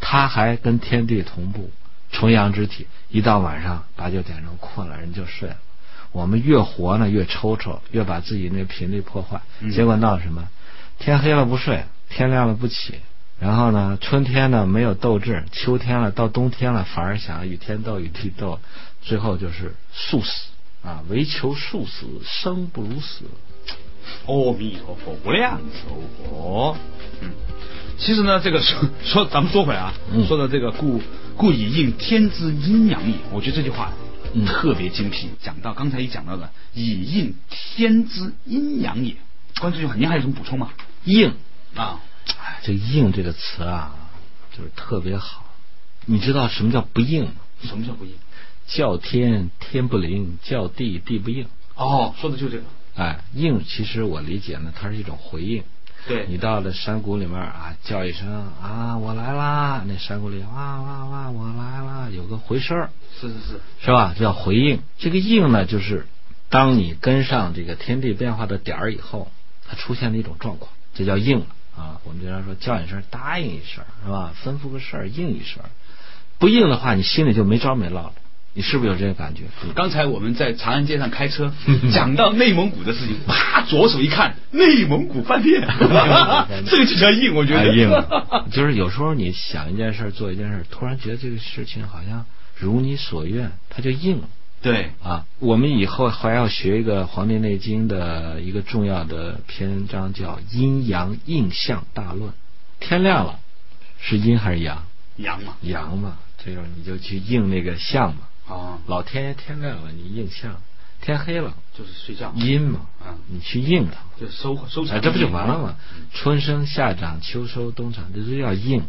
他还跟天地同步，重阳之体。一到晚上八九点钟困了，人就睡了。我们越活呢越抽抽，越把自己那频率破坏，嗯结果闹什么？天黑了不睡，天亮了不起。然后呢，春天呢没有斗志，秋天了到冬天了反而想要与天斗与地斗，最后就是速死啊！唯求速死，生不如死。阿弥陀佛，无量寿佛。嗯，其实呢，这个说说咱们说回来啊，嗯说到这个故故以应天之阴阳也，我觉得这句话。嗯特别精辟，讲到刚才一讲到的以应天之阴阳也，关于这句话您还有什么补充吗？硬，啊，哎，这“硬”这个词啊，就是特别好。你知道什么叫不应吗？什么叫不应？叫天天不灵，叫地地不应。哦，说的就这个。哎，应其实我理解呢，它是一种回应。对你到了山谷里面啊，叫一声啊，我来啦！那山谷里哇哇哇，我来啦，有个回声儿，是是是，是吧？叫回应。这个应呢，就是当你跟上这个天地变化的点儿以后，它出现的一种状况，这叫应了啊。我们经常说叫一声，答应一声，是吧？吩咐个事儿，应一声。不应的话，你心里就没招没落了。你是不是有这个感觉？刚才我们在长安街上开车，嗯讲到内蒙古的事情，啪，左手一看，内蒙古饭店， 这个就叫硬，我觉太得哎啊硬了。就是有时候你想一件事儿，做一件事儿，突然觉得这个事情好像如你所愿，它就应了 对，啊。我们以后还要学一个《黄帝内经》的一个重要的篇章，叫《阴阳应象大论》。天亮了，是阴还是阳？阳嘛，阳嘛，这时候你就去应那个象嘛。啊，老天爷天亮了，你应象；天黑了，就是睡觉，阴嘛啊嗯，你去应它。就收收成，哎，这不就完了吗？春生夏长秋收冬藏，这就叫应。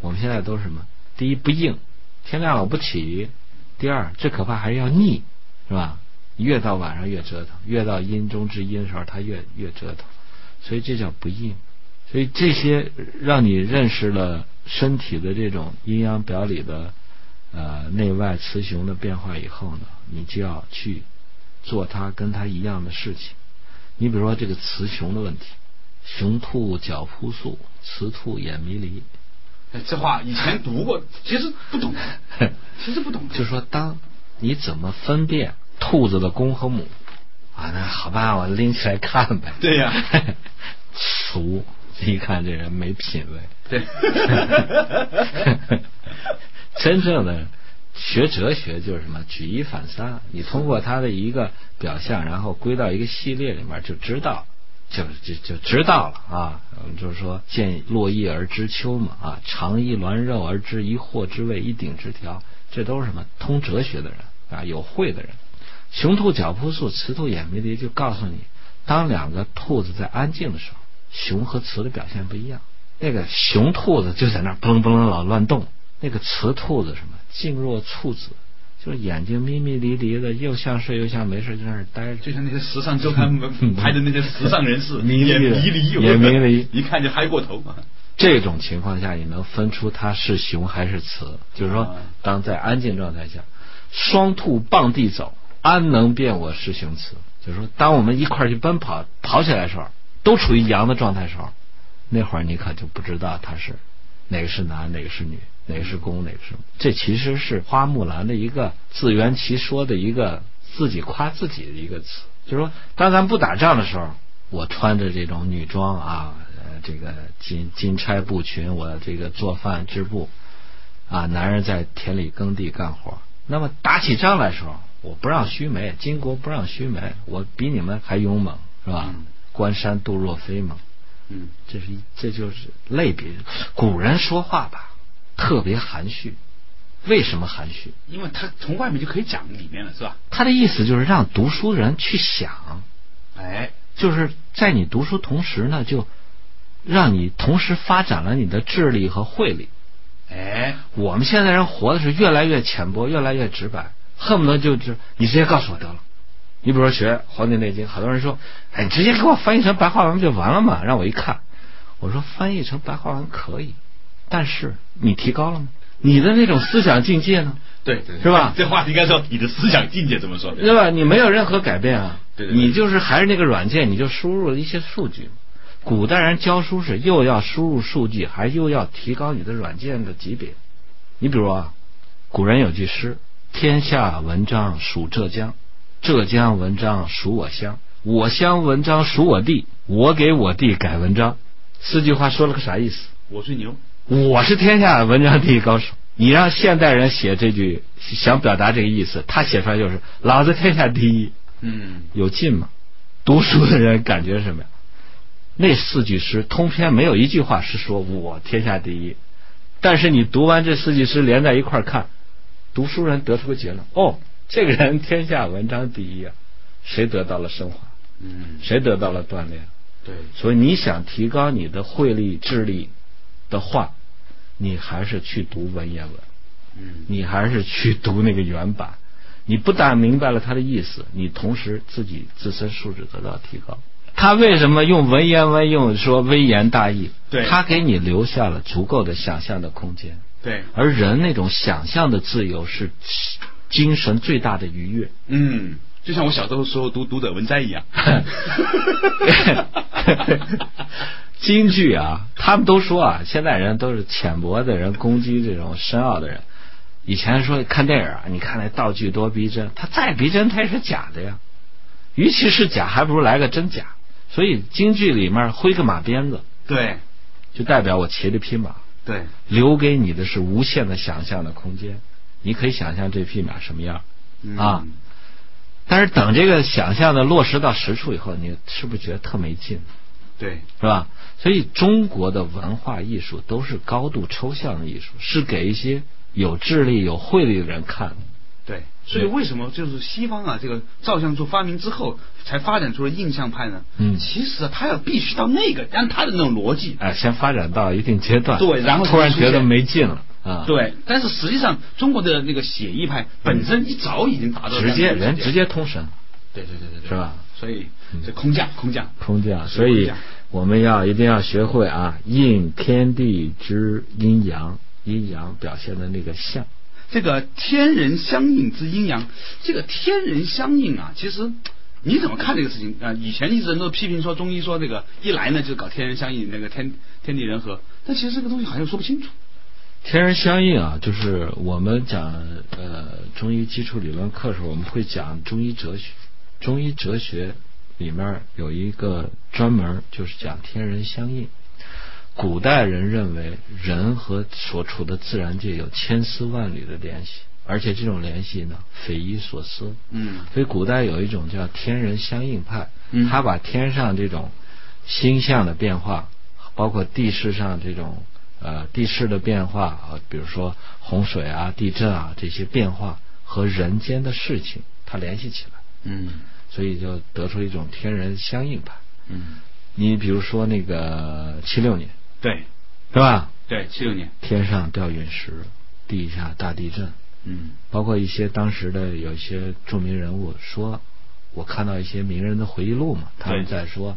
我们现在都是什么？第一不应，天亮了我不起；第二最可怕还是要逆，是吧？越到晚上越折腾，越到阴中之阴的时候，它越越折腾。所以这叫不应。所以这些让你认识了身体的这种阴阳表里的呃内外雌雄的变化以后呢，你就要去做它跟它一样的事情。你比如说这个雌雄的问题，雄兔角扑素，雌兔眼迷离。哎这话以前读过，其实不 懂，其实不懂。就说当你怎么分辨兔子的公和母啊？那好吧，我拎起来看呗。对呀 俗，一看这人没品位。对真正的学哲学就是什么举一反三，你通过他的一个表象，然后归到一个系列里面，就知道，就就就知道了啊。我们就是说，见络绎而知秋嘛啊，尝一栾肉而知一获之味，一鼎之调，这都是什么通哲学的人啊，有慧的人。雄兔角扑素，雌兔眼迷离，就告诉你，当两个兔子在安静的时候，雄和雌的表现不一样。那个雄兔子就在那儿嘣楞嘣楞老乱动，那个雌兔子什么静若处子，就是眼睛迷迷离离的，又像睡又像没事，就在那儿待着就。像那些时尚周 刊拍的那些时尚人士，嗯迷离眼了迷离，有眼没迷有离 一看就嗨过头嘛。这种情况下，你能分出它是雄还是雌？就是说啊，当在安静状态下，双兔傍地走，安能辨我是雄雌？就是说，当我们一块儿去奔跑，跑起来的时候，都处于阳的状态时候，那会儿你可就不知道它是哪个是男，哪个是女，哪个是公，哪个是母。这其实是花木兰的一个自圆其说的一个自己夸自己的一个词，就是说，当咱不打仗的时候，我穿着这种女装啊，呃，这个金金钗布裙，我这个做饭织布，啊，男人在田里耕地干活。那么打起仗来的时候，我不让须眉，巾帼不让须眉，我比你们还勇猛，是吧？嗯关山度若飞嘛。嗯，这是一这就是类比。古人说话吧，特别含蓄。为什么含蓄？因为他从外面就可以讲里面了，是吧？他的意思就是让读书人去想，哎，就是在你读书同时呢，就让你同时发展了你的智力和慧力。哎，我们现在人活的是越来越浅薄，越来越直白，恨不得就是你直接告诉我得了。你比如说学《黄帝内经》，好多人说：“哎，你直接给我翻译成白话文不就完了嘛？”让我一看，我说翻译成白话文可以，但是你提高了吗？你的那种思想境界呢？对对，是吧这话应该说你的思想境界怎么说？对吧？你没有任何改变啊，对对对你就是还是那个软件，你就输入了一些数据。古代人教书是又要输入数据，还又要提高你的软件的级别。你比如啊，古人有句诗：“天下文章属浙江，浙江文章属我乡，我乡文章属我地，我给我地改文章。”四句话说了个啥意思？我吹牛，我是天下文章第一高手。你让现代人写这句，想表达这个意思，他写出来就是“老子天下第一嗯”，，有劲吗？读书的人感觉什么呀？那四句诗通篇没有一句话是说我天下第一，但是你读完这四句诗连在一块儿看，读书人得出个结论：哦，这个人天下文章第一啊！谁得到了升华？嗯，谁得到了锻炼？对，所以你想提高你的慧力、智力的话，你还是去读文言文，嗯，你还是去读那个原版。你不但明白了它的意思，你同时自己自身素质得到提高。他为什么用文言文用说微言大义？对他给你留下了足够的想象的空间，对，而人那种想象的自由是精神最大的愉悦。嗯，就像我小时候时候读读者文摘一样， 京剧啊，他们都说啊，现在人都是浅薄的人攻击这种深奥的人。以前说看电影啊，你看那道具多逼真，它再逼真，它也是假的呀。与其是假，还不如来个真假。所以京剧里面挥个马鞭子， 对就代表我骑着匹马，对，留给你的是无限的想象的空间。你可以想象这匹马什么样，嗯啊，但是等这个想象的落实到实处以后，你是不是觉得特没劲？对，是吧？所以中国的文化艺术都是高度抽象的艺术，是给一些有智力、有慧力的人看的。对，所以为什么就是西方啊，这个照相术发明之后，才发展出了印象派呢？嗯其实啊，他要必须到那个，按他的那种逻辑，哎，先发展到一定阶段，对然后突然就出觉得现没劲了啊！，对。但是实际上，中国的那个写意派本身一早已经达到直接这样人的境界直，接通神，对对对对，对是吧？所以嗯这空降空降，空降。是所空以降我们要一定要学会啊，应天地之阴阳，阴阳表现的那个象。这个天人相应之阴阳，这个天人相应啊，其实你怎么看这个事情啊、呃以前一直人都批评说中医说这个一来呢就搞天人相应，那个天天地人和，但其实这个东西好像说不清楚。天人相应啊，就是我们讲呃中医基础理论课的时候，我们会讲中医哲学。中医哲学里面有一个专门就是讲天人相应。古代人认为人和所处的自然界有千丝万缕的联系，而且这种联系呢匪夷所思。嗯所以古代有一种叫天人相应派，嗯他把天上这种星象的变化，包括地势上这种呃地势的变化啊，比如说洪水啊、地震啊这些变化和人间的事情，它联系起来，嗯所以就得出一种天人相应派。嗯，你比如说那个七六年对嗯是吧？对，七六年，天上掉陨石，地下大地震，嗯包括一些当时的有一些著名人物说，我看到一些名人的回忆录嘛，他们对在说，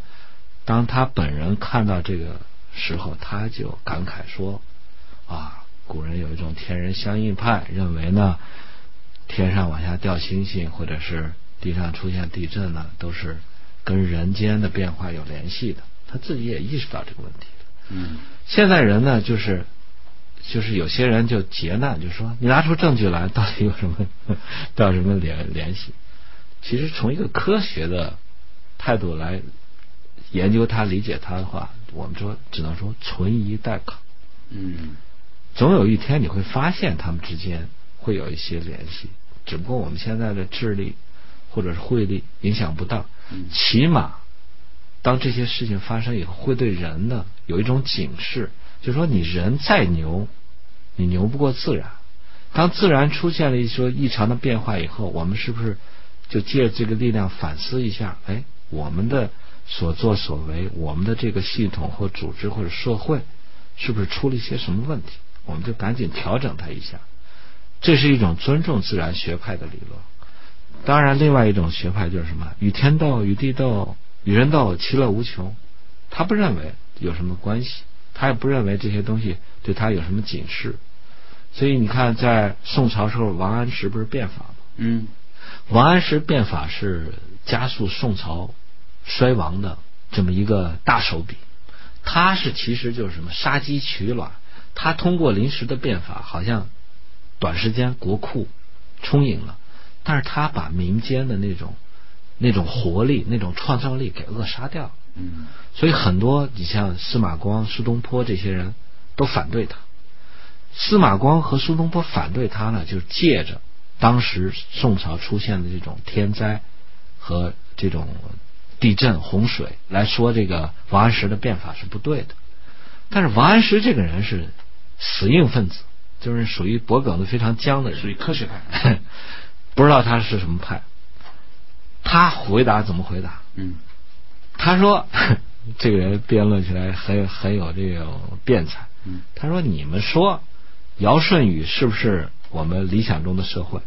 当他本人看到这个时候，他就感慨说，啊，古人有一种天人相应派，认为呢，天上往下掉星星，或者是地上出现地震呢，都是跟人间的变化有联系的。他自己也意识到这个问题了。嗯现代人呢，就是就是有些人就劫难，就说你拿出证据来，到底有什么 到底有什么联联系？其实从一个科学的态度来研究它、理解它的话，我们说只能说存疑待考。嗯总有一天你会发现他们之间会有一些联系，只不过我们现在的智力或者是慧力影响不到，嗯起码当这些事情发生以后，会对人呢有一种警示，就是说你人再牛，你牛不过自然。当自然出现了一说异常的变化以后，我们是不是就借这个力量反思一下？哎，我们的所作所为，我们的这个系统或组织或者社会，是不是出了一些什么问题？我们就赶紧调整它一下。这是一种尊重自然学派的理论。当然，另外一种学派就是什么与天斗、与地斗、与人斗，其乐无穷。他不认为有什么关系，他也不认为这些东西对他有什么警示。所以你看，在宋朝时候，王安石不是变法吗？嗯王安石变法是加速宋朝衰亡的这么一个大手笔。他是其实就是什么杀鸡取卵，他通过临时的变法，好像短时间国库充盈了，但是他把民间的那种那种活力、那种创造力给扼杀掉了。嗯所以很多你像司马光、苏东坡这些人都反对他。司马光和苏东坡反对他呢，就是借着当时宋朝出现的这种天灾和这种地震、洪水来说，这个王安石的变法是不对的。但是王安石这个人是死硬分子，就是属于脖梗子非常僵的人，属于科学派。 不知道他是什么派。他回答怎么回答？嗯他说， 这个人辩论起来很有很有这种辩才。嗯他说：“你们说，尧舜禹是不是我们理想中的社会？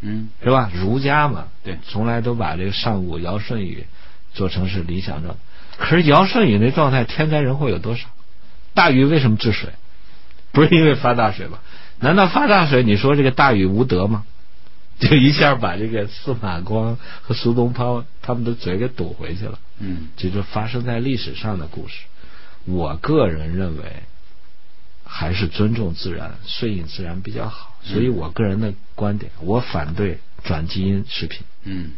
嗯是吧？儒家嘛，对从来都把这个上古尧舜禹做成是理想状态。可是尧舜禹那状态，天灾人祸有多少？大禹为什么治水？不是因为发大水吧？难道发大水，你说这个大禹无德吗？就一下把这个司马光和苏东坡他们的嘴给堵回去了。”嗯这就发生在历史上的故事。我个人认为，还是尊重自然、顺应自然比较好。所以我个人的观点，我反对转基因食品，嗯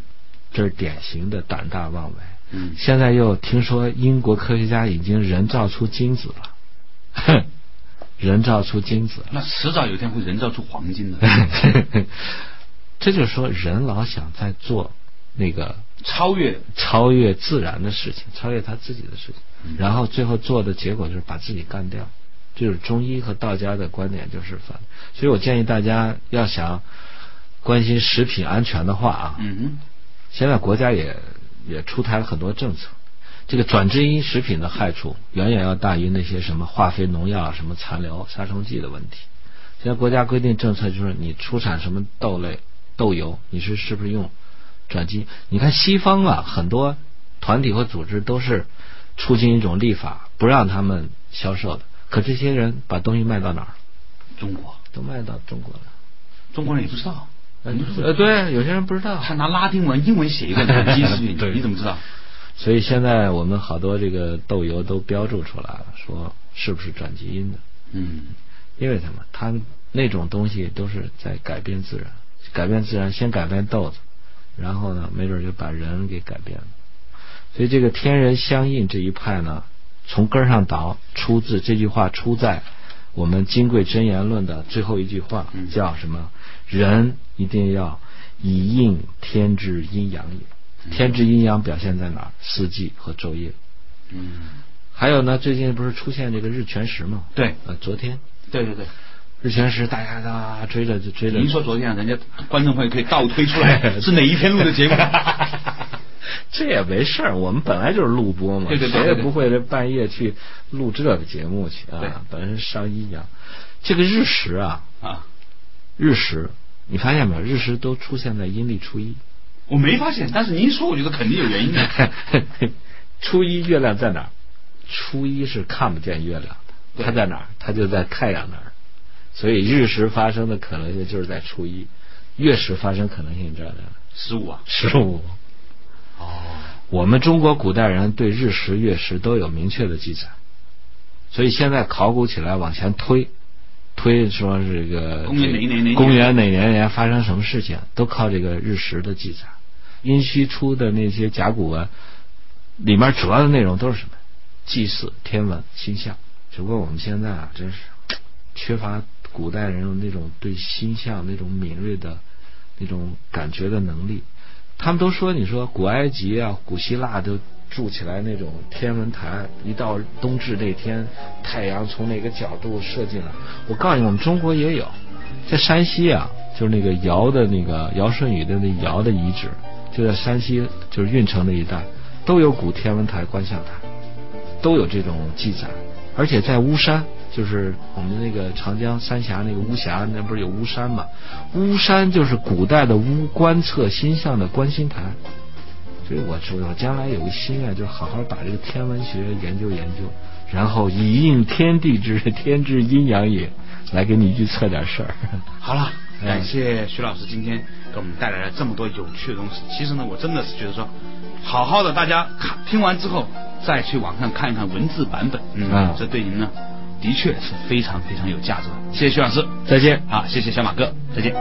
这是典型的胆大妄为。嗯现在又听说英国科学家已经人造出精子了， 哼，人造出精子了。那迟早有一天会人造出黄金的， 这就是说，人老想在做那个超越超越自然的事情，超越他自己的事嗯情，然后最后做的结果就是把自己干掉。这就是中医和道家的观点，就是反。所以我建议大家要想关心食品安全的话啊，嗯现在国家也也出台了很多政策。这个转基因食品的害处远远要大于那些什么化肥、农药、什么残留、杀虫剂的问题。现在国家规定政策就是，你出产什么豆类、豆油，你是是不是用转基因？你看西方啊，很多团体和组织都是促进一种立法，不让他们销售的。可这些人把东西卖到哪儿了？中国，都卖到中国了。中国人也不知道，呃你不知道呃，对，有些人不知道。他拿拉丁文、英文写一个手机 视频对，你怎么知道？所以现在我们好多这个豆油都标注出来了，说是不是转基因的？嗯，因为什么？它那种东西都是在改变自然，改变自然先改变豆子，然后呢，没准就把人给改变了。所以这个天人相应这一派呢，从根儿上倒，出自这句话出在我们《金贵真言论》的最后一句话嗯，叫什么？人一定要以应天之阴阳也。天之阴阳表现在哪儿？四季和昼夜。嗯，还有呢，最近不是出现这个日全食吗？对呃，昨天对对对。日全食，大家啊追着就追着。您说昨天啊人家观众朋友可以倒推出 来是哪一天录的节目？这也没事儿，我们本来就是录播嘛，对对对谁对也对不会这半夜去录这个节目去对啊，本身伤阴阳。这个日食啊，啊，日食，你发现没有？日食都出现在阴历初一，我没发现，但是您一说，我觉得肯定有原因 的。 初一月亮在哪儿？初一是看不见月亮的，对它在哪儿？它就在太阳那儿，所以日食发生的可能性就是在初一，月食发生可能性在哪儿？十五啊，十五。哦，我们中国古代人对日食、月食都有明确的记载，所以现在考古起来往前推，推说是这个公元哪一年哪一年公元哪年年发生什么事情，都靠这个日食的记载。殷墟出的那些甲骨文，里面主要的内容都是什么？祭祀、天文、星象。只不过我们现在啊，真是缺乏古代人的那种对星象那种敏锐的那种感觉的能力。他们都说，你说古埃及啊、古希腊都筑起来那种天文台，一到冬至那天，太阳从哪个角度射进来？我告诉你，我们中国也有，在山西啊，就是那个尧的那个尧舜禹的那尧的遗址，就在山西，就是运城那一带，都有古天文台、观象台。都有这种记载，而且在巫山，就是我们那个长江三峡那个巫峡，那不是有巫山嘛？巫山就是古代的巫观测星象的观星台，所以我说我将来有个心愿，就是好好把这个天文学研究研究，然后以应天地之天之阴阳也，来给你预测点事儿。好了，嗯感谢徐老师今天给我们带来了这么多有趣的东西。其实呢，我真的是觉得说，好好的大家看听完之后，再去网上看一看文字版本，嗯这对您呢，的确是非常非常有价值的。谢谢徐老师，再见。好，谢谢小马哥，再见。